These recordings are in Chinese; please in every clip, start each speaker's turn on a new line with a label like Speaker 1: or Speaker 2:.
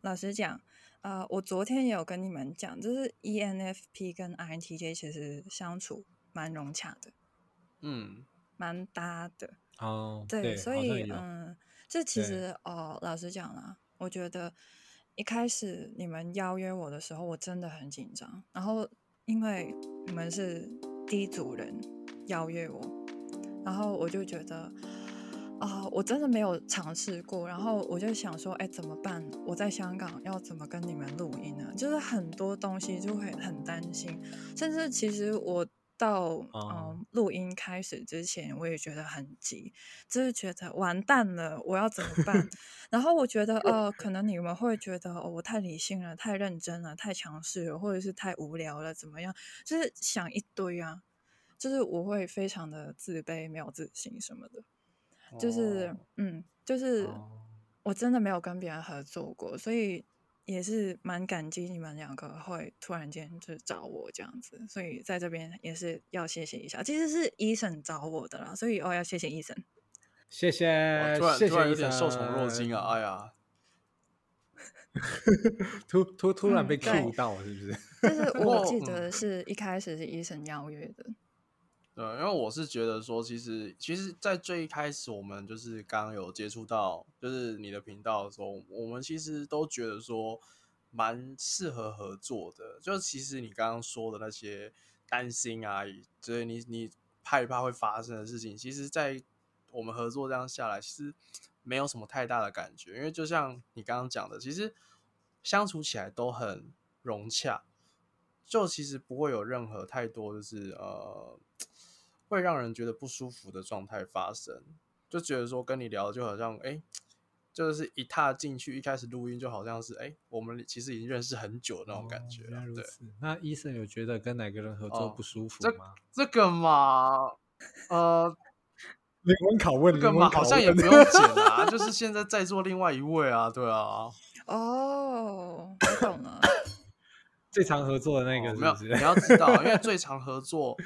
Speaker 1: 老实讲，呃，我昨天也有跟你们讲，就是 E ENFP 跟 INTJ 其实相处蛮融洽的，
Speaker 2: 嗯，
Speaker 1: 蛮搭的。
Speaker 2: 哦，
Speaker 1: 对，所
Speaker 2: 好像
Speaker 1: 以
Speaker 2: 有
Speaker 1: 嗯，这其
Speaker 2: 对
Speaker 1: 实哦，老实讲啦，我觉得一开始你们邀约我的时候，我真的很紧张。然后因为你们是第一组人邀约我，然后我就觉得啊、我真的没有尝试过。然后我就想说，哎，怎么办？我在香港要怎么跟你们录音呢？就是很多东西就会很担心，甚至其实我到
Speaker 2: 哦
Speaker 1: 嗯录音开始之前，我也觉得很急，就是觉得完蛋了，我要怎么办？然后我觉得呃，可能你们会觉得哦，我太理性了，太认真了，太强势了，或者是太无聊了，怎么样？就是想一堆啊，就是我会非常的自卑，没有自信什么的。就是、
Speaker 2: 哦
Speaker 1: 嗯，就是、
Speaker 2: 哦
Speaker 1: 我真的没有跟别人合作过，所以也是蛮感激你们两个会突然间就找我这样子，所以在这边也是要谢谢一下，其实是医生找我的啦，所以哦要谢谢医 生。
Speaker 2: 谢
Speaker 3: 哇
Speaker 2: 谢，
Speaker 3: 哦突然
Speaker 2: 谢
Speaker 3: 突然
Speaker 2: 谢
Speaker 3: 有
Speaker 2: 医
Speaker 3: 点
Speaker 2: 生，
Speaker 3: 受宠若惊啊！哎呀，
Speaker 2: 突突突然
Speaker 1: 嗯
Speaker 2: 被
Speaker 1: 对
Speaker 2: Q 到了，是不是？
Speaker 1: 就是
Speaker 3: 不
Speaker 1: 我
Speaker 3: 过
Speaker 1: 记
Speaker 2: 哦
Speaker 3: 嗯
Speaker 1: 得是一开始是医生邀约的，
Speaker 3: 对，因为我是觉得说，其实其实，在最一开始，我们就是刚刚有接触到，就是你的频道的时候，我们其实都觉得说蛮适合合作的。就其实你刚刚说的那些担心啊，就是你你害怕会发生的事情，其实，在我们合作这样下来，其实没有什么太大的感觉，因为就像你刚刚讲的，其实相处起来都很融洽。就其实不会有任何太多就是呃，会让人觉得不舒服的状态发生，就觉得说跟你聊就好像哎、诶就是一踏进去一开始录音就好像是哎、诶我们其实已经认识很久的 那种感觉
Speaker 2: 哦原
Speaker 3: 了
Speaker 2: 来，如
Speaker 3: 对，
Speaker 2: 此。那医生有觉得跟哪个人合作
Speaker 3: 哦
Speaker 2: 不舒服
Speaker 3: 这
Speaker 2: 吗？
Speaker 3: 这个嘛， 呃，
Speaker 2: 灵魂拷问，
Speaker 3: 这个
Speaker 2: 灵
Speaker 3: 嘛
Speaker 2: 魂
Speaker 3: 好
Speaker 2: 拷
Speaker 3: 像也
Speaker 2: 问
Speaker 3: 不用剪啊，就是现在在座另外一位啊，对啊，
Speaker 1: 哦，我懂了，
Speaker 2: 最常合作的那个
Speaker 3: 哦
Speaker 2: 是
Speaker 3: 没有，
Speaker 2: 不
Speaker 3: 你
Speaker 2: 是？
Speaker 3: 要知道，因为最常 合作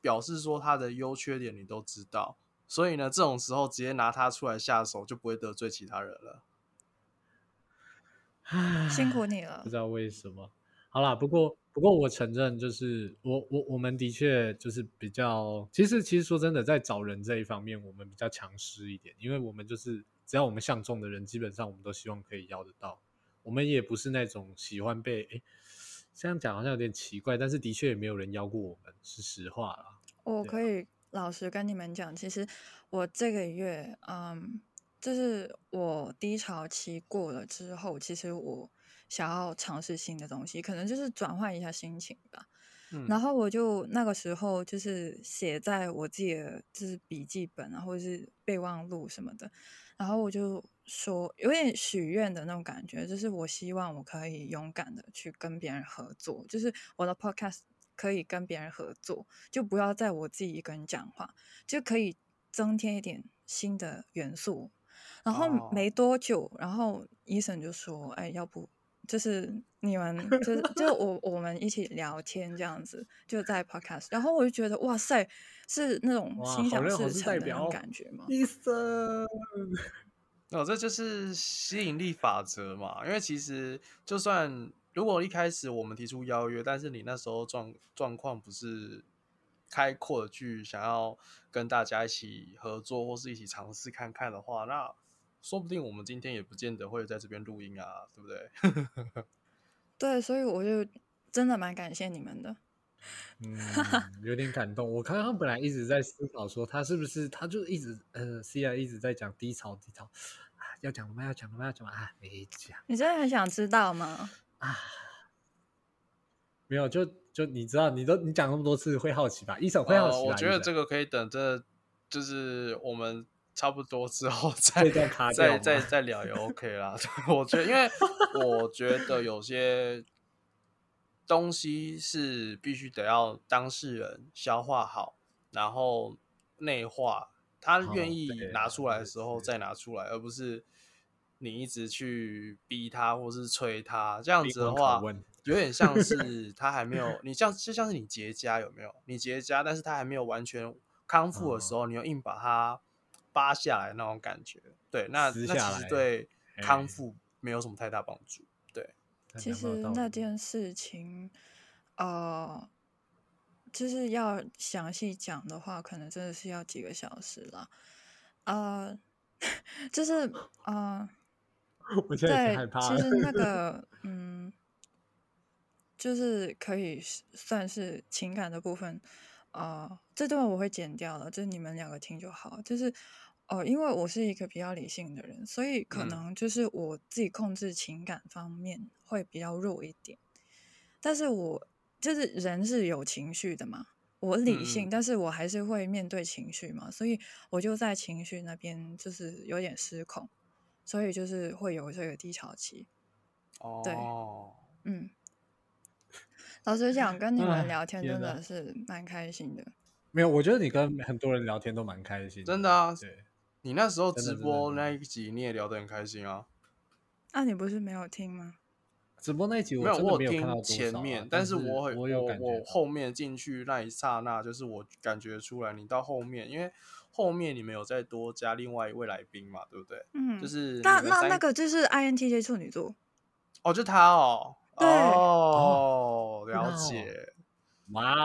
Speaker 3: 表示说他的优缺点你都知道，所以呢，这种时候直接拿他出来下手，就不会得罪其他人了。
Speaker 1: 辛苦你了
Speaker 2: 不知。道为什么。好啦，不过不过我承认，就是我我我们的确就是比较，其实其实说真的，在找人这一方面，我们比较强势一点，因为我们就是只要我们相中的人，基本上我们都希望可以邀得到。我们也不是那种喜欢被诶，这样讲好像有点奇怪，但是的确也没有人邀过我们，是实话啦。
Speaker 1: 我
Speaker 2: 对
Speaker 1: 可以老实跟你们讲，其实我这个月，嗯，就是我低潮期过了之后，其实我想要尝试新的东西，可能就是转换一下心情吧。
Speaker 3: 嗯
Speaker 1: 然后我就那个时候就是写在我自己的就是笔记本啊，或者是备忘录什么的，然后我就说有点许愿的那种感觉，就是我希望我可以勇敢的去跟别人合作，就是我的 podcast 可以跟别人合作，就不要在我自己一个人讲话，就可以增添一点新的元素。然后没多久，然后医生就说：“哎，要不就是你们就是就我我们一起聊天这样子，就在 podcast。”然后我就觉得哇塞，是那种
Speaker 2: 哇
Speaker 1: 心
Speaker 2: 好
Speaker 1: 想
Speaker 2: 人好
Speaker 1: 事
Speaker 2: 事
Speaker 1: 成
Speaker 2: 代
Speaker 1: 的那种
Speaker 2: 表
Speaker 1: 感觉吗？
Speaker 2: 医生，
Speaker 3: 哦，这就是吸引力法则嘛。因为其实就算如果一开始我们提出邀约，但是你那时候状状况不是开阔的去想要跟大家一起合作或是一起尝试看看的话，那说不定我们今天也不见得会在这边录音啊，对不对？
Speaker 1: 对，所以我就真的蛮感谢你们的。
Speaker 2: 嗯，有点感动。我刚刚本来一直在思考说，他是不是他就一直呃，C I 一直在讲低潮低潮啊，要讲了吗？要讲了吗？要讲了吗啊，没讲
Speaker 1: 你真的很想知道吗？
Speaker 2: 啊，没有就就你知道，你都你讲那么多次会好奇吧？一手会好奇吧、
Speaker 3: 呃。我觉得这
Speaker 2: 个
Speaker 3: 个可以等这，就是我们差不多之后再
Speaker 2: 这段卡掉
Speaker 3: 再
Speaker 2: 吗
Speaker 3: 再再聊也 OK 啦。 对我觉得，因为我觉得有些东西是必须得要当事人消化好，然后内化，他
Speaker 2: 哦
Speaker 3: 愿意
Speaker 2: 对
Speaker 3: 拿
Speaker 2: 啦
Speaker 3: 出来
Speaker 2: 也
Speaker 3: 的时候
Speaker 2: 是
Speaker 3: 再拿出来，而不是你一直去逼他或是催他，这样
Speaker 2: 灵
Speaker 3: 子的
Speaker 2: 魂
Speaker 3: 话
Speaker 2: 拷。问，
Speaker 3: 有点像 是他还没有，你像就像是你结痂有没有？你结痂，但是他还没有完全康复的
Speaker 2: 嗯
Speaker 3: 时候，你又硬把它扒下来那种感觉，对，那
Speaker 2: 撕
Speaker 3: 那
Speaker 2: 下
Speaker 3: 其实
Speaker 2: 来
Speaker 3: 对
Speaker 2: 哎
Speaker 3: 康复没有什么太大帮助。
Speaker 1: 其实那件事情，呃，就是要详细讲的话，可能真的是要几个小时了。呃， 就是呃，
Speaker 2: 我现在
Speaker 1: 对
Speaker 2: 也害，怕
Speaker 1: 其
Speaker 2: 了
Speaker 1: 实那个嗯，就是可以是算是情感的部分。呃，这段我会剪掉了，就是你们两个听就好。就是呃，因为我是一个比较理性的人，所以可
Speaker 3: 嗯
Speaker 1: 能就是我自己控制情感方面会比较弱一点。但是我就是人是有情绪的嘛，我理性，
Speaker 3: 嗯嗯
Speaker 1: 但是我还是会面对情绪嘛，所以我就在情绪那边就是有点失控，所以就是会有这个低潮期。
Speaker 3: 哦，
Speaker 1: 嗯，老实讲，跟你
Speaker 2: 唉
Speaker 1: 们聊天
Speaker 2: 天
Speaker 1: 真
Speaker 2: 哪
Speaker 1: 的是蛮开心的。
Speaker 2: 没有，我觉得你跟很多人聊天都蛮开心，
Speaker 3: 真的啊
Speaker 2: 对，
Speaker 3: 你那时候
Speaker 2: 真的
Speaker 3: 直
Speaker 2: 真的
Speaker 3: 播
Speaker 2: 真的
Speaker 3: 那一集你也聊得很开心啊，
Speaker 1: 啊，你不是没有听吗？
Speaker 2: 直播那一集
Speaker 3: 没有，
Speaker 2: 真的
Speaker 3: 有
Speaker 2: 有看到
Speaker 3: 听
Speaker 2: 多少
Speaker 3: 前
Speaker 2: 啊
Speaker 3: 面，
Speaker 2: 但
Speaker 3: 是我很
Speaker 2: 我有
Speaker 3: 我
Speaker 2: 感觉
Speaker 3: 我
Speaker 2: 到
Speaker 3: 后面进去那一刹那，就是我感觉出来，你到后面，因为后面你们有再多加另外一位来宾嘛，对不对？
Speaker 1: 嗯，
Speaker 3: 就是
Speaker 1: 那
Speaker 3: 你们
Speaker 1: 那
Speaker 3: 三
Speaker 1: 那个就是 INTJ 处女座，
Speaker 3: 哦，就他哦，
Speaker 1: 对
Speaker 3: 哦，
Speaker 2: 真的
Speaker 3: 了
Speaker 2: 哦
Speaker 3: 解，
Speaker 2: 哇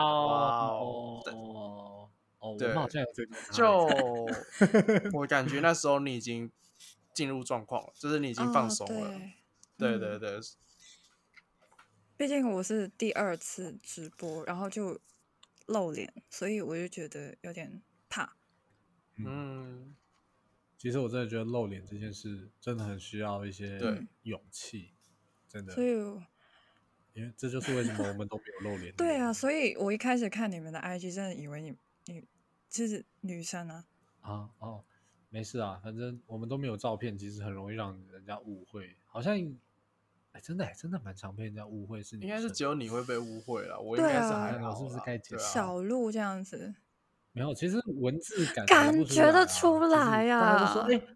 Speaker 3: 哦
Speaker 2: 哦哦哦，我
Speaker 3: 对
Speaker 2: 们好像有追踪他
Speaker 3: 就 我感觉那时候你已经进入状况了，就是你已
Speaker 1: 已
Speaker 3: 经放松了，
Speaker 1: 哦对，
Speaker 3: 对
Speaker 1: 嗯
Speaker 3: 对对，
Speaker 1: 毕竟我是第二次直播，然后就露脸，所以我就觉得有点怕。
Speaker 2: 嗯，
Speaker 3: 嗯，
Speaker 2: 其实我真的觉得露脸这件事真的很需要一些
Speaker 3: 对
Speaker 2: 勇气，真的
Speaker 1: 所，以我
Speaker 2: 因为这就是为什么我们都没有露脸的
Speaker 1: 对
Speaker 2: 原
Speaker 1: 啊，
Speaker 2: 因
Speaker 1: 所以我一开始看你们的 IG，真的以为你你就是女生啊。
Speaker 2: 啊哦，没事啊，反正我们都没有照片，其实很容易让人家误会。好像，哎，真的哎真的蛮常被人家误会是女
Speaker 3: 应该是
Speaker 2: 生
Speaker 3: 只有你会被误会了，我应
Speaker 1: 对
Speaker 3: 该是
Speaker 1: 啊
Speaker 3: 还
Speaker 2: 那
Speaker 3: 好
Speaker 2: 我是不是
Speaker 3: 啦
Speaker 2: 该解
Speaker 3: 对啊
Speaker 2: 释
Speaker 1: 小鹿这样子，
Speaker 2: 没有，其实文字感
Speaker 1: 感
Speaker 2: 不
Speaker 1: 觉得
Speaker 2: 出
Speaker 1: 出
Speaker 2: 来
Speaker 1: 来
Speaker 2: 啊就是大家都说
Speaker 1: 啊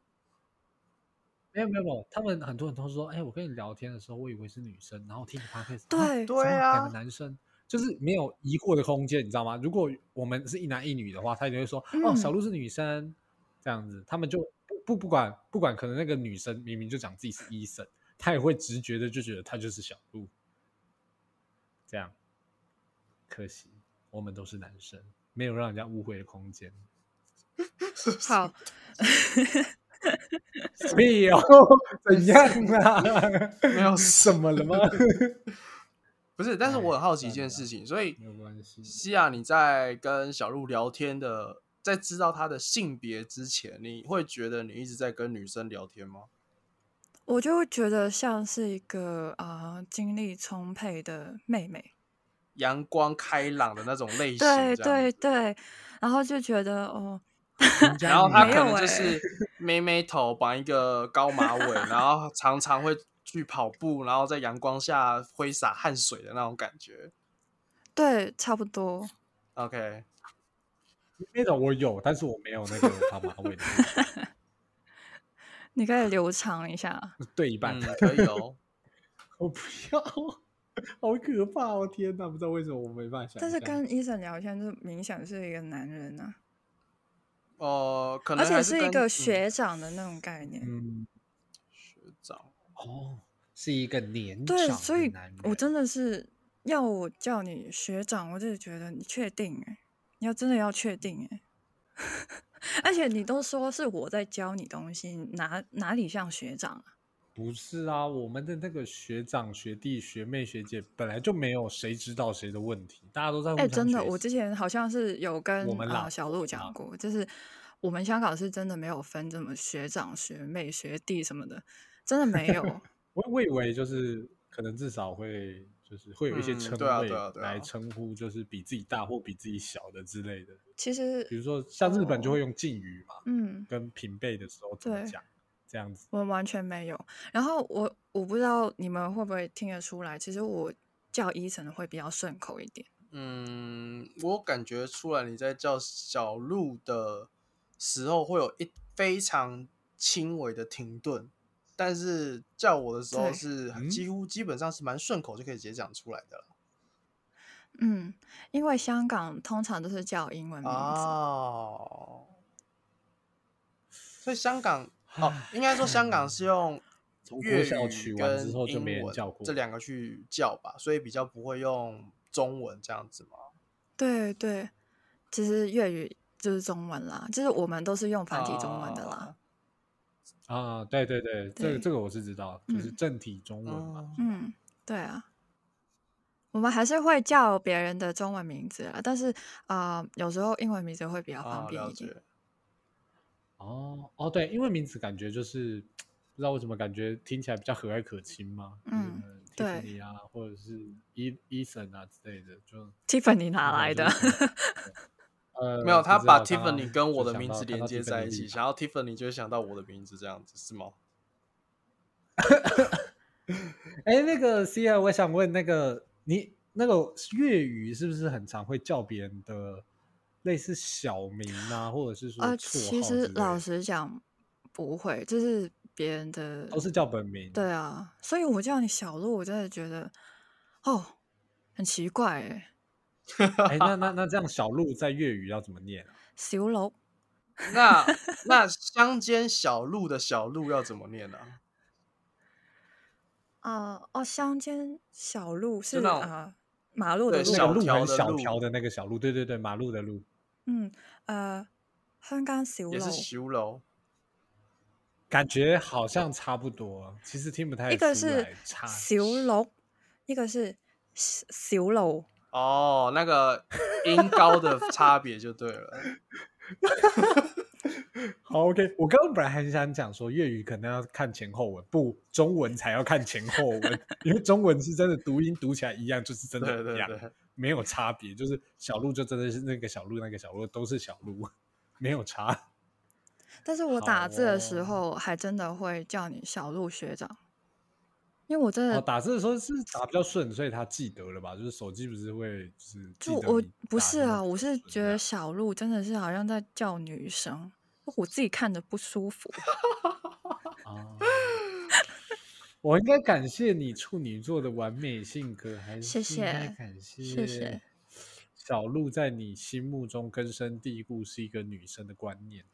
Speaker 2: 哎、没有没有没有，他们很多人都说，哎、我跟你聊天的时候，我以为是女生，然后听你 podcast，啊
Speaker 1: 对
Speaker 2: 怎
Speaker 3: 对
Speaker 2: 么两
Speaker 3: 啊
Speaker 2: 个男生。就是没有疑惑的空间，你知道吗？如果我们是一男一女的话，他一定会说：“哦，
Speaker 1: 嗯
Speaker 2: 小鹿是女生。”这样子，他们就不不不管不管，可能那个女生明明就讲自己是医生，她也会直觉的就觉得她就是小鹿。这样，可惜我们都是男生，没有让人家误会的空间。
Speaker 1: 好，
Speaker 2: 屁哦，怎样啊？
Speaker 3: 没有
Speaker 2: 什么了吗？
Speaker 3: 不是，但是
Speaker 2: 哎
Speaker 3: 我很好奇一
Speaker 2: 算
Speaker 3: 件
Speaker 2: 了
Speaker 3: 事
Speaker 2: 啦
Speaker 3: 情，所以
Speaker 2: 没有 关系
Speaker 3: 西亚，你在跟小鹿聊天的，在知道她的性别之前，你会觉得你一直在跟女生聊天吗？
Speaker 1: 我就会觉得像是一个啊、呃精力充沛的妹妹，
Speaker 3: 阳光开朗的那种类型，
Speaker 1: 对
Speaker 3: 这样
Speaker 1: 对
Speaker 3: 子。
Speaker 1: 对，然后就觉得哦，
Speaker 3: 然后
Speaker 2: 啊
Speaker 3: 她
Speaker 1: 没
Speaker 3: 可
Speaker 1: 有
Speaker 3: 能
Speaker 2: 哎
Speaker 1: 欸
Speaker 3: 就是 妹妹头绑一个高马尾，然后常常会去跑步，然后在阳光下挥洒汗水的那种感觉。
Speaker 1: 对，差不多。
Speaker 3: OK，
Speaker 2: 那种我有，但是我没有那个高马尾的那种，
Speaker 1: 你可以留长 一下，
Speaker 2: 对一半
Speaker 3: 嗯。， 可以哦。
Speaker 2: 我不要，好可怕哦！天哪，不知道为什么我没办法想象。
Speaker 1: 但是跟医生聊天，就是明显是一个男人啊，
Speaker 3: 呃，可能
Speaker 1: 而且
Speaker 3: 还
Speaker 1: 是一
Speaker 3: 跟
Speaker 1: 个
Speaker 3: 嗯
Speaker 1: 学长的那种概念。
Speaker 2: 嗯
Speaker 3: 学长，
Speaker 2: 哦，是一个年
Speaker 1: 对，
Speaker 2: 长
Speaker 1: 所
Speaker 2: 的
Speaker 1: 以
Speaker 2: 男人
Speaker 1: 我真的是要我叫你学长，我就觉得你确定哎、你要真的要确定哎、 而且你都说是我在教你东西，哪哪里像学长啊？
Speaker 2: 不是啊，我们的那个学长、学弟、学妹、学姐本来就没有谁知道谁的问题，大家都在互
Speaker 1: 哎、
Speaker 2: 相
Speaker 1: 真的，
Speaker 2: 学
Speaker 1: 我
Speaker 2: 习
Speaker 1: 之前好像是有跟
Speaker 2: 我们嗯啦
Speaker 1: 啊、呃小鹿讲
Speaker 2: 啦
Speaker 1: 过，就是我们香港是真的没有分什么学长、学妹、学弟什么的，真的没有。
Speaker 2: 我我以为就是可能至少会就是会有一些
Speaker 3: 嗯
Speaker 2: 称
Speaker 3: 对啊
Speaker 2: 谓
Speaker 3: 对啊对啊
Speaker 2: 来称呼，就是比自己大或比自己小的之类的。
Speaker 1: 其实
Speaker 2: 比，如说像日本就
Speaker 1: 哦
Speaker 2: 会用敬语嘛，
Speaker 1: 嗯，
Speaker 2: 跟平辈的时候怎么
Speaker 1: 对
Speaker 2: 讲，这样子。
Speaker 1: 我们完全没有。然后我我不知道你们会不会听得出来，其实我叫伊晨会比较顺口一点。
Speaker 3: 嗯，我感觉出来你在叫小鹿的时候会有一非常轻微的停顿，但是叫我的时候
Speaker 1: 对
Speaker 3: 是
Speaker 2: 嗯
Speaker 3: 几乎基本上是蛮顺口就可以直接讲出来的了。
Speaker 1: 嗯，因为香港通常都是叫英文名字，
Speaker 2: 哦
Speaker 3: 哦，所以香港哦，应该说香港是用
Speaker 2: 从
Speaker 3: 粤
Speaker 2: 国
Speaker 3: 语
Speaker 2: 小取完之后就
Speaker 3: 跟
Speaker 2: 没
Speaker 3: 英
Speaker 2: 人
Speaker 3: 文
Speaker 2: 叫过
Speaker 3: 这两个去叫吧，所以比较不会用中文这样子嘛。
Speaker 1: 对对，其实粤语就是中文啦，就是我们都是用繁体中文的
Speaker 2: 哦
Speaker 1: 啦。
Speaker 2: 啊，对对对，这
Speaker 1: 对
Speaker 2: 个这个我是知道，就是
Speaker 1: 嗯
Speaker 2: 正体中文嘛。
Speaker 3: 嗯，
Speaker 1: 嗯，对啊，我们还是会叫别人的中文名字啦，但是啊、呃有时候英文名字会比较方
Speaker 3: 啊，
Speaker 1: 便
Speaker 3: 了
Speaker 1: 一点。
Speaker 3: 解。
Speaker 2: 哦哦，对，因为名字感觉就是不知道为什么感觉听起来比较和蔼可亲嘛，
Speaker 1: 嗯，对
Speaker 2: 你啊，或者是伊伊森啊之类的，就
Speaker 1: Tiffany 哪来的？
Speaker 2: 就是 呃，
Speaker 3: 没有，
Speaker 2: 不
Speaker 3: 他
Speaker 2: 知
Speaker 3: 把
Speaker 2: 道刚刚
Speaker 3: Tiffany 跟我
Speaker 2: 就
Speaker 3: 的
Speaker 2: 想
Speaker 3: 名
Speaker 2: 到
Speaker 3: 字
Speaker 2: 看
Speaker 3: 连
Speaker 2: 到
Speaker 3: 接
Speaker 2: Tiffany
Speaker 3: 在一起，
Speaker 2: 立
Speaker 3: 想要 Tiffany 就会想到我的名字这样子，是 吗？
Speaker 2: 哎，那个 C I，我想问那个你那个粤语是不是很常会叫别人的类似小名啊，或者是说
Speaker 1: 呃，
Speaker 2: 绰号
Speaker 1: 其实
Speaker 2: 之类
Speaker 1: 老
Speaker 2: 的
Speaker 1: 实讲不会，就是别人的
Speaker 2: 都是叫本名？
Speaker 1: 对啊，所以我叫你小鹿，我真的觉得哦很奇怪哎，
Speaker 2: 哎，那那那这样小鹿在粤语要怎么念啊？
Speaker 1: 小鹿
Speaker 3: 那那乡间小路的小路要怎么念呢、啊？
Speaker 1: 啊哦，乡间小鹿是
Speaker 3: 那种
Speaker 1: 啊、马路的
Speaker 3: 对
Speaker 1: 路
Speaker 2: 那
Speaker 3: 小
Speaker 2: 个路
Speaker 3: 条
Speaker 2: 很
Speaker 3: 的
Speaker 2: 小
Speaker 3: 路
Speaker 2: 条的那个小路，对对对，马路的路。
Speaker 1: 嗯呃香港小
Speaker 3: 也
Speaker 1: 鹿
Speaker 3: 是修楼
Speaker 2: 感觉好像差不多，其实听不太
Speaker 1: 一
Speaker 2: 出来
Speaker 1: 个是
Speaker 2: 差
Speaker 1: 小鹿，一个是小小鹿，
Speaker 3: 哦，那个音高的差别就对了。
Speaker 2: 好 OK，我刚刚本来很想讲说粤语可能要看前后文，不，中文才要看前后文，因为中文是真的读音读起来一样，就是 真
Speaker 3: 对
Speaker 2: 的一
Speaker 3: 对
Speaker 2: 样，
Speaker 3: 对，
Speaker 2: 没有差别。就是小鹿就真的是那个小鹿，那个小鹿都是小鹿，没有差。
Speaker 1: 但是我打字的时
Speaker 2: 好哦
Speaker 1: 候还真的会叫你小鹿学长，因为我真的
Speaker 2: 哦，打字的时候是打比较顺，所以他记得了吧？就是手机不是会就是记
Speaker 1: 就
Speaker 2: 得
Speaker 1: 我
Speaker 2: 你
Speaker 1: 不
Speaker 2: 打
Speaker 1: 是
Speaker 2: 什么
Speaker 1: 啊，我
Speaker 2: 字
Speaker 1: 是
Speaker 2: 怎么
Speaker 1: 觉得
Speaker 2: 样
Speaker 1: 小鹿真的是好像在叫女生，我自己看着不舒服。哦
Speaker 2: 啊， 我应该感谢你处女座的完美性格，还是
Speaker 1: 谢
Speaker 2: 应该
Speaker 1: 谢
Speaker 2: 感谢
Speaker 1: 谢谢
Speaker 2: 小鹿在你心目中根深蒂固是一个女生的观念。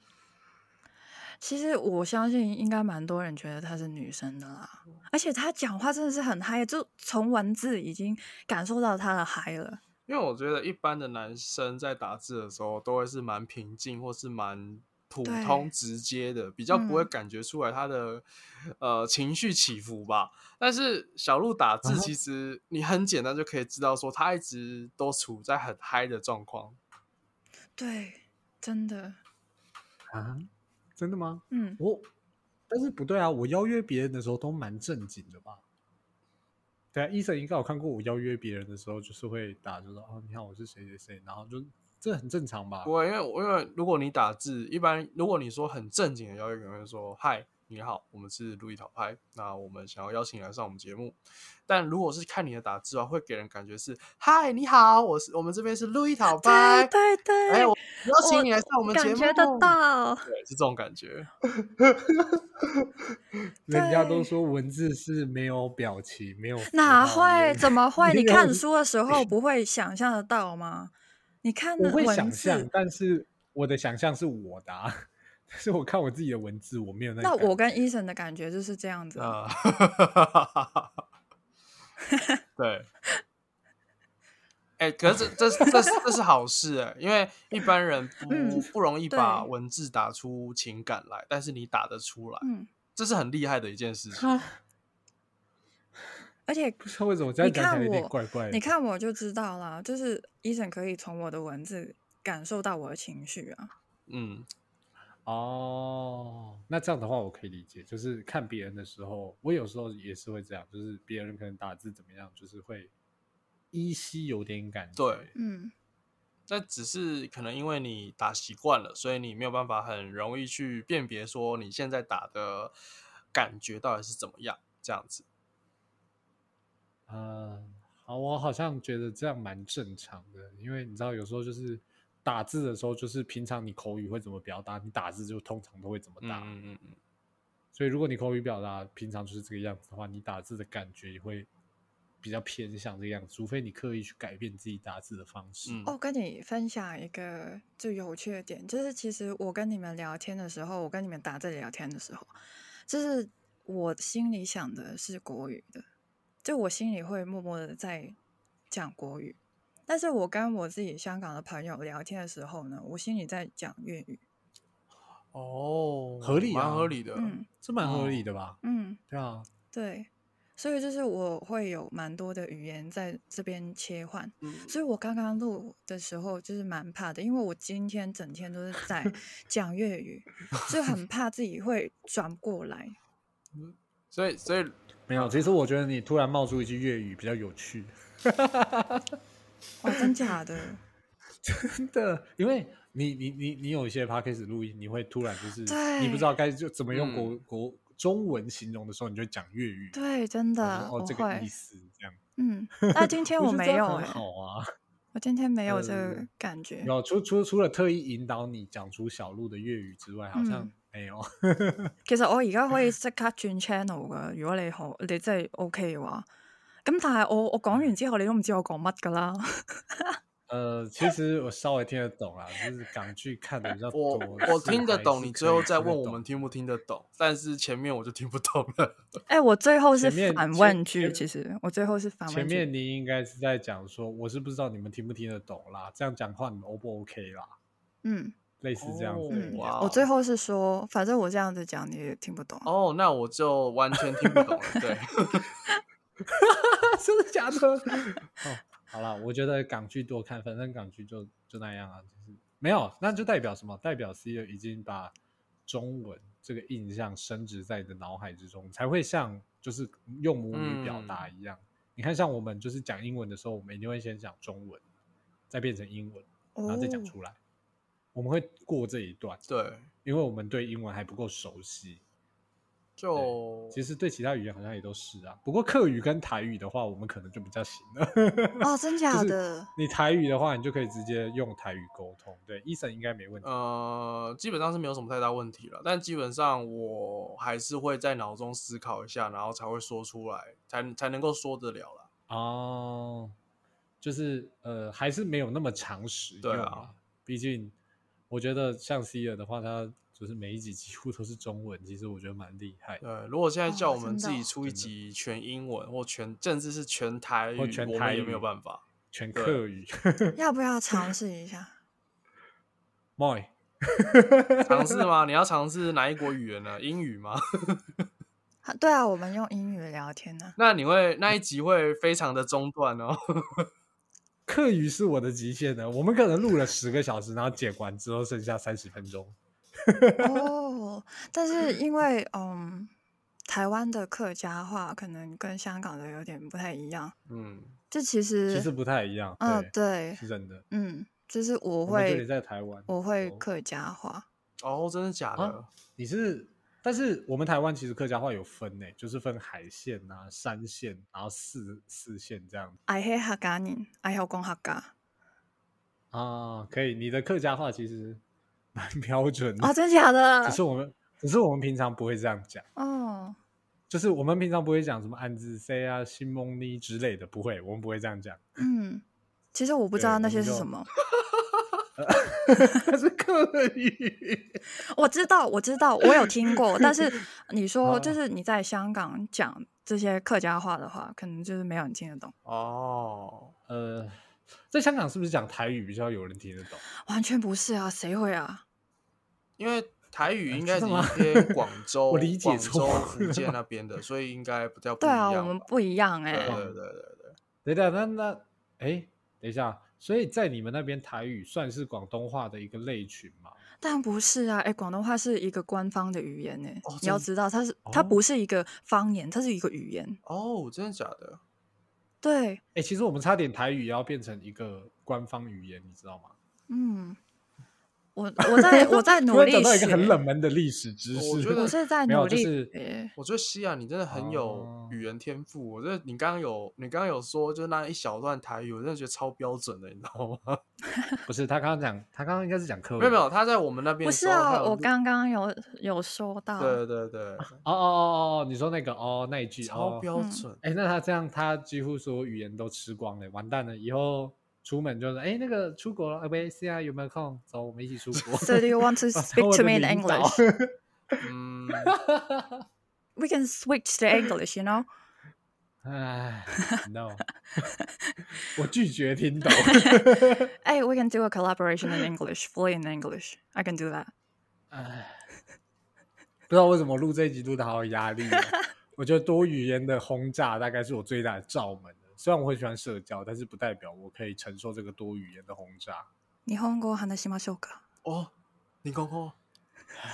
Speaker 1: 其实我相信应该蛮多人觉得她是女生的啦，
Speaker 2: 嗯
Speaker 1: 而且她讲话真的是很嗨，就从文字已经感受到她的嗨了。
Speaker 3: 因为我觉得一般的男生在打字的时候都会是蛮平静，或是蛮普
Speaker 1: 对
Speaker 3: 通直接的，比较不会
Speaker 1: 嗯
Speaker 3: 感觉出来他的、呃情绪起伏吧。但是小鹿打
Speaker 2: 啊
Speaker 1: 嗯
Speaker 3: 字，
Speaker 2: 哈
Speaker 3: 其实你很简单就可以知道说他一直都处在很嗨的状况。
Speaker 1: 对，真的，
Speaker 2: 啊，真的吗？
Speaker 1: 嗯，
Speaker 2: 我，但是不对啊，我邀约别人的时候都蛮正经的吧？对啊，医生应该有看过我邀约别人的时候，就是会打，就说哦，你好，我是谁谁谁，然后就这很正常吧？
Speaker 3: 不会，因为我因为如果你打字，一般如果你说很正经的邀约，可能会说嗨。你好，我们是路易讨拍，那我们想要邀请你来上我们节目。但如果是看你的打字啊，会给人感觉是嗨，你好，我是我们这边是路易讨
Speaker 1: 对
Speaker 3: 拍，
Speaker 1: 对对，
Speaker 3: 哎，我邀请
Speaker 1: 我
Speaker 3: 你来上我们节
Speaker 1: 感
Speaker 3: 目，
Speaker 1: 觉得到，
Speaker 3: 对，是这种感觉。
Speaker 2: 人家
Speaker 1: 对
Speaker 2: 都说文字是没有表情，没有符
Speaker 1: 哪
Speaker 2: 号也
Speaker 1: 会？怎 么会？
Speaker 2: 没
Speaker 1: 你
Speaker 2: 有
Speaker 1: 看书的时候不会想象得到吗？你看
Speaker 2: 我
Speaker 1: 那
Speaker 2: 会
Speaker 1: 文
Speaker 2: 想象
Speaker 1: 字，，
Speaker 2: 但是我的想象是我的、啊，但是我看我自己的文字，我没有那
Speaker 1: 那
Speaker 2: 个感
Speaker 1: 我跟
Speaker 2: 觉
Speaker 1: 医生的感觉就是这样子啊。
Speaker 3: 啊， 对，哎、可是这这这是这是好事哎、因为一般人不、
Speaker 1: 嗯
Speaker 3: 不容易
Speaker 1: 对
Speaker 3: 把文字打出情感来，但是你打得出来，
Speaker 1: 嗯，
Speaker 3: 这是很厉害的一件事情。
Speaker 1: 而且
Speaker 2: 不哎知道为什么这样
Speaker 1: 你
Speaker 2: 讲起来
Speaker 1: 看
Speaker 2: 有点
Speaker 1: 我
Speaker 2: 怪怪的。
Speaker 1: 你看我就知道啦，就是医生可以从我的文字感受到我的情绪啊。
Speaker 3: 嗯，
Speaker 2: 哦，那这样的话我可以理解，就是看别人的时候，我有时候也是会这样，就是别人可能打字怎么样，就是会依稀有点感觉。
Speaker 3: 对
Speaker 1: 嗯，
Speaker 3: 那只是可能因为你打习惯了，所以你没有办法很容易去辨别说你现在打的感觉到底是怎么样这样子。
Speaker 2: 啊，好，我好像觉得这样蛮正常的，因为你知道，有时候就是打字的时候，就是平常你口语会怎么表达，你打字就通常都会怎么
Speaker 3: 嗯
Speaker 2: 打。
Speaker 3: 嗯嗯嗯，
Speaker 2: 所以，如果你口语表达平常就是这个样子的话，你打字的感觉也会比较偏向这个样子，除非你刻意去改变自己打字的方式。
Speaker 3: 嗯
Speaker 1: 哦，跟你分享一个最有趣的点，就是其实我跟你们聊天的时候，我跟你们打字聊天的时候，就是我心里想的是国语的，就我心里会默默的在讲国语。但是我跟我自己香港的朋友聊天的时候呢，我心里在讲粤语。
Speaker 3: 哦，
Speaker 2: 合理啊
Speaker 3: 蛮合理的。
Speaker 1: 嗯
Speaker 2: 这蛮合理的吧？
Speaker 1: 嗯，
Speaker 2: 对啊，
Speaker 1: 对，所以就是我会有蛮多的语言在这边切换。
Speaker 3: 嗯
Speaker 1: 所以我刚刚录的时候就是蛮怕的，因为我今天整天都是在 讲粤语，就很怕自己会转不过来。
Speaker 3: 所以所以
Speaker 2: 没有。其实我觉得你突然冒出一句粤语比较有趣，
Speaker 1: 哇，真假的？
Speaker 2: 真的，因为你你你你有一些 podcast 录音，你会突然就是
Speaker 1: 对
Speaker 2: 你不知道该就怎么用
Speaker 3: 嗯
Speaker 2: 国、国中文形容的时候，你就讲粤语。
Speaker 1: 对，真的，
Speaker 2: 然
Speaker 1: 我
Speaker 2: 后说哦，这个
Speaker 1: 会
Speaker 2: 意。思这样。
Speaker 1: 嗯，但今天
Speaker 2: 我
Speaker 1: 我
Speaker 2: 觉得
Speaker 1: 没
Speaker 2: 这样
Speaker 1: 有
Speaker 2: 很
Speaker 1: 哎、
Speaker 2: 好 啊。
Speaker 1: 我今天没有这
Speaker 2: 对对
Speaker 1: 个
Speaker 2: 对
Speaker 1: 感觉。
Speaker 2: 有啊除除除了特意引导你讲出小鹿的粤语之外，好像
Speaker 1: 嗯
Speaker 2: 没有。
Speaker 1: 其實我而家可以即刻轉 channel 噶，如果你好，你真係 OK 嘅話。咁但係我我講完之後，你都唔知我講乜噶 啦。
Speaker 2: 呃，其实我稍微听得懂啦，就是港剧看的比较
Speaker 3: 我
Speaker 2: 多。
Speaker 3: 我
Speaker 2: 所以
Speaker 3: 听得
Speaker 2: 还
Speaker 3: 懂，
Speaker 2: 是
Speaker 3: 你
Speaker 2: 可
Speaker 3: 最后
Speaker 2: 以
Speaker 3: 再
Speaker 2: 听得
Speaker 3: 问我
Speaker 2: 懂
Speaker 3: 们听不听得懂，但是前面我就听不懂了。
Speaker 1: 诶、我最後是
Speaker 2: 前面
Speaker 1: 反
Speaker 2: 前
Speaker 1: 問句，其
Speaker 2: 前
Speaker 1: 實我最後是反
Speaker 2: 前
Speaker 1: 問句。
Speaker 2: 面你应该是在讲说，我是不知道你们听不听得懂啦，这样讲话你们 O 不 OK 啦，
Speaker 1: 嗯
Speaker 2: 类似这样子的
Speaker 1: 嗯
Speaker 2: 一点。，
Speaker 3: 哇
Speaker 1: 我最後是說，反正我這樣子講你也聽不懂。
Speaker 3: 哦，那我就完全听不懂了。对，
Speaker 2: 真的假的？ 哦，好啦，我觉得港剧多看，反正港剧就就那样啊，就是没有，那就代表什么？代表 C 已经把中文这个印象深植在你的脑海之中，才会像就是用母语表达一样。你看，像我们就是讲英文的时候，我们一定会先讲中文，再变成英文，然
Speaker 1: 哦
Speaker 2: 后再讲出来。我们会过这一段，
Speaker 3: 对，
Speaker 2: 因为我们对英文还不够熟悉。
Speaker 3: 就
Speaker 2: 其实对其他语言好像也都是啊，不过客语跟台语的话，我们可能就比较行了。
Speaker 1: 哦，真假
Speaker 2: 就是
Speaker 1: 的？
Speaker 2: 你台语的话，你就可以直接用台语沟通。对，医生应该没问题。
Speaker 3: 呃，基本上是没有什么太大问题了。但基本上我还是会在脑中思考一下，然后才会说出来，才才能够说得了啦。
Speaker 2: 哦，就是呃，还是没有那么常识用
Speaker 3: 对啊
Speaker 2: 啦毕竟我觉得像 C 的的话，他就是每一集几乎都是中文，其实我觉得蛮厉害的。
Speaker 3: 对，如果现在
Speaker 1: 哦
Speaker 3: 叫我们
Speaker 1: 真的
Speaker 3: 自己
Speaker 1: 哦
Speaker 3: 出一
Speaker 2: 真的
Speaker 3: 集全英文或全，甚至是全台
Speaker 2: 或
Speaker 3: 语，
Speaker 2: 全
Speaker 3: 我
Speaker 2: 台
Speaker 3: 们也没有
Speaker 2: 语
Speaker 3: 办法。
Speaker 2: 全
Speaker 3: 对
Speaker 2: 客语
Speaker 1: 要不要嘗試一下？
Speaker 2: m o
Speaker 3: 尝试吗？你要尝试哪一国语言呢？英语吗？
Speaker 1: 啊对啊，我们用英语聊天啊呢、
Speaker 3: 那你会那一集会非常的中断哦。
Speaker 2: 客语是我的极限的。我们可能录了十个小时，然后剪完之后剩下三十分钟。
Speaker 1: 哦，但是因为嗯，台湾的客家话可能跟香港的有点不太一样。
Speaker 3: 嗯，
Speaker 1: 这其实
Speaker 2: 其实不太一样。
Speaker 1: 嗯
Speaker 2: 对，
Speaker 1: 对
Speaker 2: 是真的。
Speaker 1: 嗯，就是我
Speaker 2: 我们这
Speaker 1: 会
Speaker 2: 里在台湾，
Speaker 1: 我会
Speaker 2: 哦
Speaker 1: 客家话
Speaker 3: 哦，真的假的？
Speaker 2: 啊你是，但是我们台湾其实客家话有分呢、欸就是分海线啊、山线，然后四四线这样
Speaker 1: ，I hate 客家人，I hate 讲客家。
Speaker 2: 啊。可以，你的客家话其实 蛮标准的，
Speaker 1: 哦，真假的
Speaker 2: 只？是我们只是我们平常不会这样讲，
Speaker 1: 哦
Speaker 2: 就是我们平常不会讲什么安子 C 啊、新蒙尼之类的，不会，我们不会这样 讲。
Speaker 1: 嗯，其实我不知
Speaker 2: 对
Speaker 1: 道那
Speaker 2: 我
Speaker 1: 些
Speaker 2: 们
Speaker 1: 是
Speaker 2: 就
Speaker 1: 什么。
Speaker 2: 它是客语，
Speaker 1: 我知道，我知道，我有听过，但 是你说就
Speaker 2: 啊
Speaker 1: 是你在香港讲这些客家话的话，可能就是没有人听得懂，
Speaker 3: 哦，
Speaker 2: 呃。在香港是不是讲台语比较有人听得懂？
Speaker 1: 完全不是啊，谁会啊？
Speaker 3: 因为台语应
Speaker 2: 真
Speaker 3: 该
Speaker 2: 的
Speaker 3: 是
Speaker 2: 吗
Speaker 3: 偏 广州、
Speaker 2: 理解
Speaker 3: 广
Speaker 2: 错
Speaker 3: 州、
Speaker 2: 了
Speaker 3: 福建那边的，所以应该 比较不
Speaker 1: 对
Speaker 3: 一
Speaker 1: 啊，
Speaker 3: 样吧。
Speaker 1: 我们不一
Speaker 2: 嗯
Speaker 1: 样哎、
Speaker 3: 对对对对对，
Speaker 2: 等等，那那哎，诶等一下，所以在你们那边台语算是广东话的一个类群吗？
Speaker 1: 但不是啊，哎，广东话是一个官方的语言呢、
Speaker 3: 哦
Speaker 1: 你要
Speaker 3: 真
Speaker 1: 知道，它是它
Speaker 2: 哦
Speaker 1: 不是一个方言，它是一个语言。
Speaker 3: 哦，真的假的？
Speaker 1: 对，
Speaker 2: 哎，其实我们差点台语也要变成一个官方语言，你知道吗？
Speaker 1: 嗯，我我在我 在
Speaker 2: 突
Speaker 1: 努
Speaker 2: 然
Speaker 1: 力
Speaker 2: 讲到一
Speaker 1: 学
Speaker 2: 个，很冷门的历史知识，
Speaker 3: 我觉得
Speaker 1: 我是在
Speaker 2: 没
Speaker 1: 努
Speaker 2: 有，就
Speaker 1: 力
Speaker 2: 是
Speaker 1: 学。
Speaker 3: 我觉得西亚你真的很有
Speaker 2: 哦
Speaker 3: 语言天赋。我觉得你刚刚有你刚刚有说，就是那一小段台语，我真的觉得超标准的，你知道吗？
Speaker 2: 不是他刚刚讲，他刚刚应该是讲客语，
Speaker 3: 没有没有，他在我们那边
Speaker 1: 不
Speaker 3: 的
Speaker 1: 是
Speaker 3: 时候还
Speaker 1: 啊，
Speaker 3: 有
Speaker 1: 我
Speaker 3: 录
Speaker 1: 刚刚有有说到，
Speaker 3: 对对对，
Speaker 2: 哦哦哦哦，你说那个哦那一句
Speaker 3: 超
Speaker 2: 哦，
Speaker 3: 标
Speaker 1: 嗯
Speaker 3: 准。
Speaker 2: 哎，那他这样他几乎所有语言都吃光了，完蛋了，以后。出门就是哎，那个出国了，哎喂，C R 有没有空？走，我们一起出国。
Speaker 1: So do you want to
Speaker 2: 啊
Speaker 1: speak
Speaker 2: 我
Speaker 1: to
Speaker 2: 的
Speaker 1: me in
Speaker 2: 领导
Speaker 1: English？
Speaker 3: 嗯，
Speaker 1: we can switch to English, you know?
Speaker 2: 唉哎，no，我拒绝听懂。
Speaker 1: Hey, we can do a collaboration in English, fully in English. I can do that.
Speaker 2: 唉，不知道为什么录这一集录的好有压力、哦。我觉得多语言的轰炸大概是我最大的罩门了。虽然我很喜欢社交，但是不代表我可以承受这个多语言的轰炸。
Speaker 1: 日本語を話しましょうか。
Speaker 3: 哦，你公公，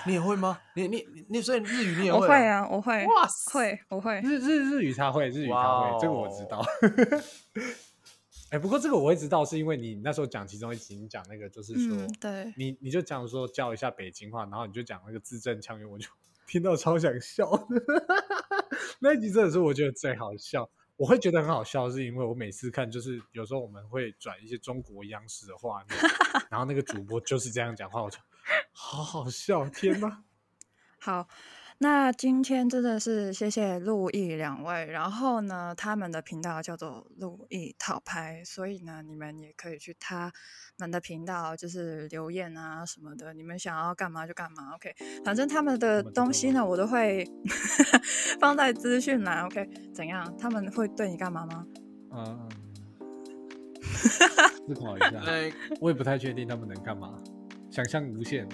Speaker 3: 你也会吗？你你你你，所以日语你也
Speaker 1: 我
Speaker 3: 会、
Speaker 1: 会。啊，我会，
Speaker 3: 哇塞！
Speaker 1: 会，我会。
Speaker 2: 日日日语他会，日语他会，这个我知道。 哎、不过这个我会知道，是因为你那时候讲其中一集，你讲那个就是说，
Speaker 1: 嗯，对。
Speaker 2: 你你就讲说教一下北京话，然后你就讲那个字正腔圆，我就 听到超想笑 的。那一集真的是我觉得最好笑，我会觉得很好笑，是因为我每次看就是有时候我们会转一些中国央视的画面，然后那个主播就是这样讲话，我就好好笑，天哪！
Speaker 1: 好，那今天真的是谢谢陆毅两位，然后呢，他们的频道叫做陆毅讨拍，所以呢，你们也可以去他们的频道，就是留言啊什么的，你们想要干嘛就干嘛，OK，反正他们的
Speaker 2: 我们
Speaker 1: 东西
Speaker 2: 知
Speaker 1: 呢，
Speaker 2: 道
Speaker 1: 我都会 放在资讯栏，OK，怎样？他们会对你干嘛吗？
Speaker 2: 嗯，思考一下，
Speaker 3: 哎，
Speaker 2: 我也不太确定他们能干嘛，想象无限。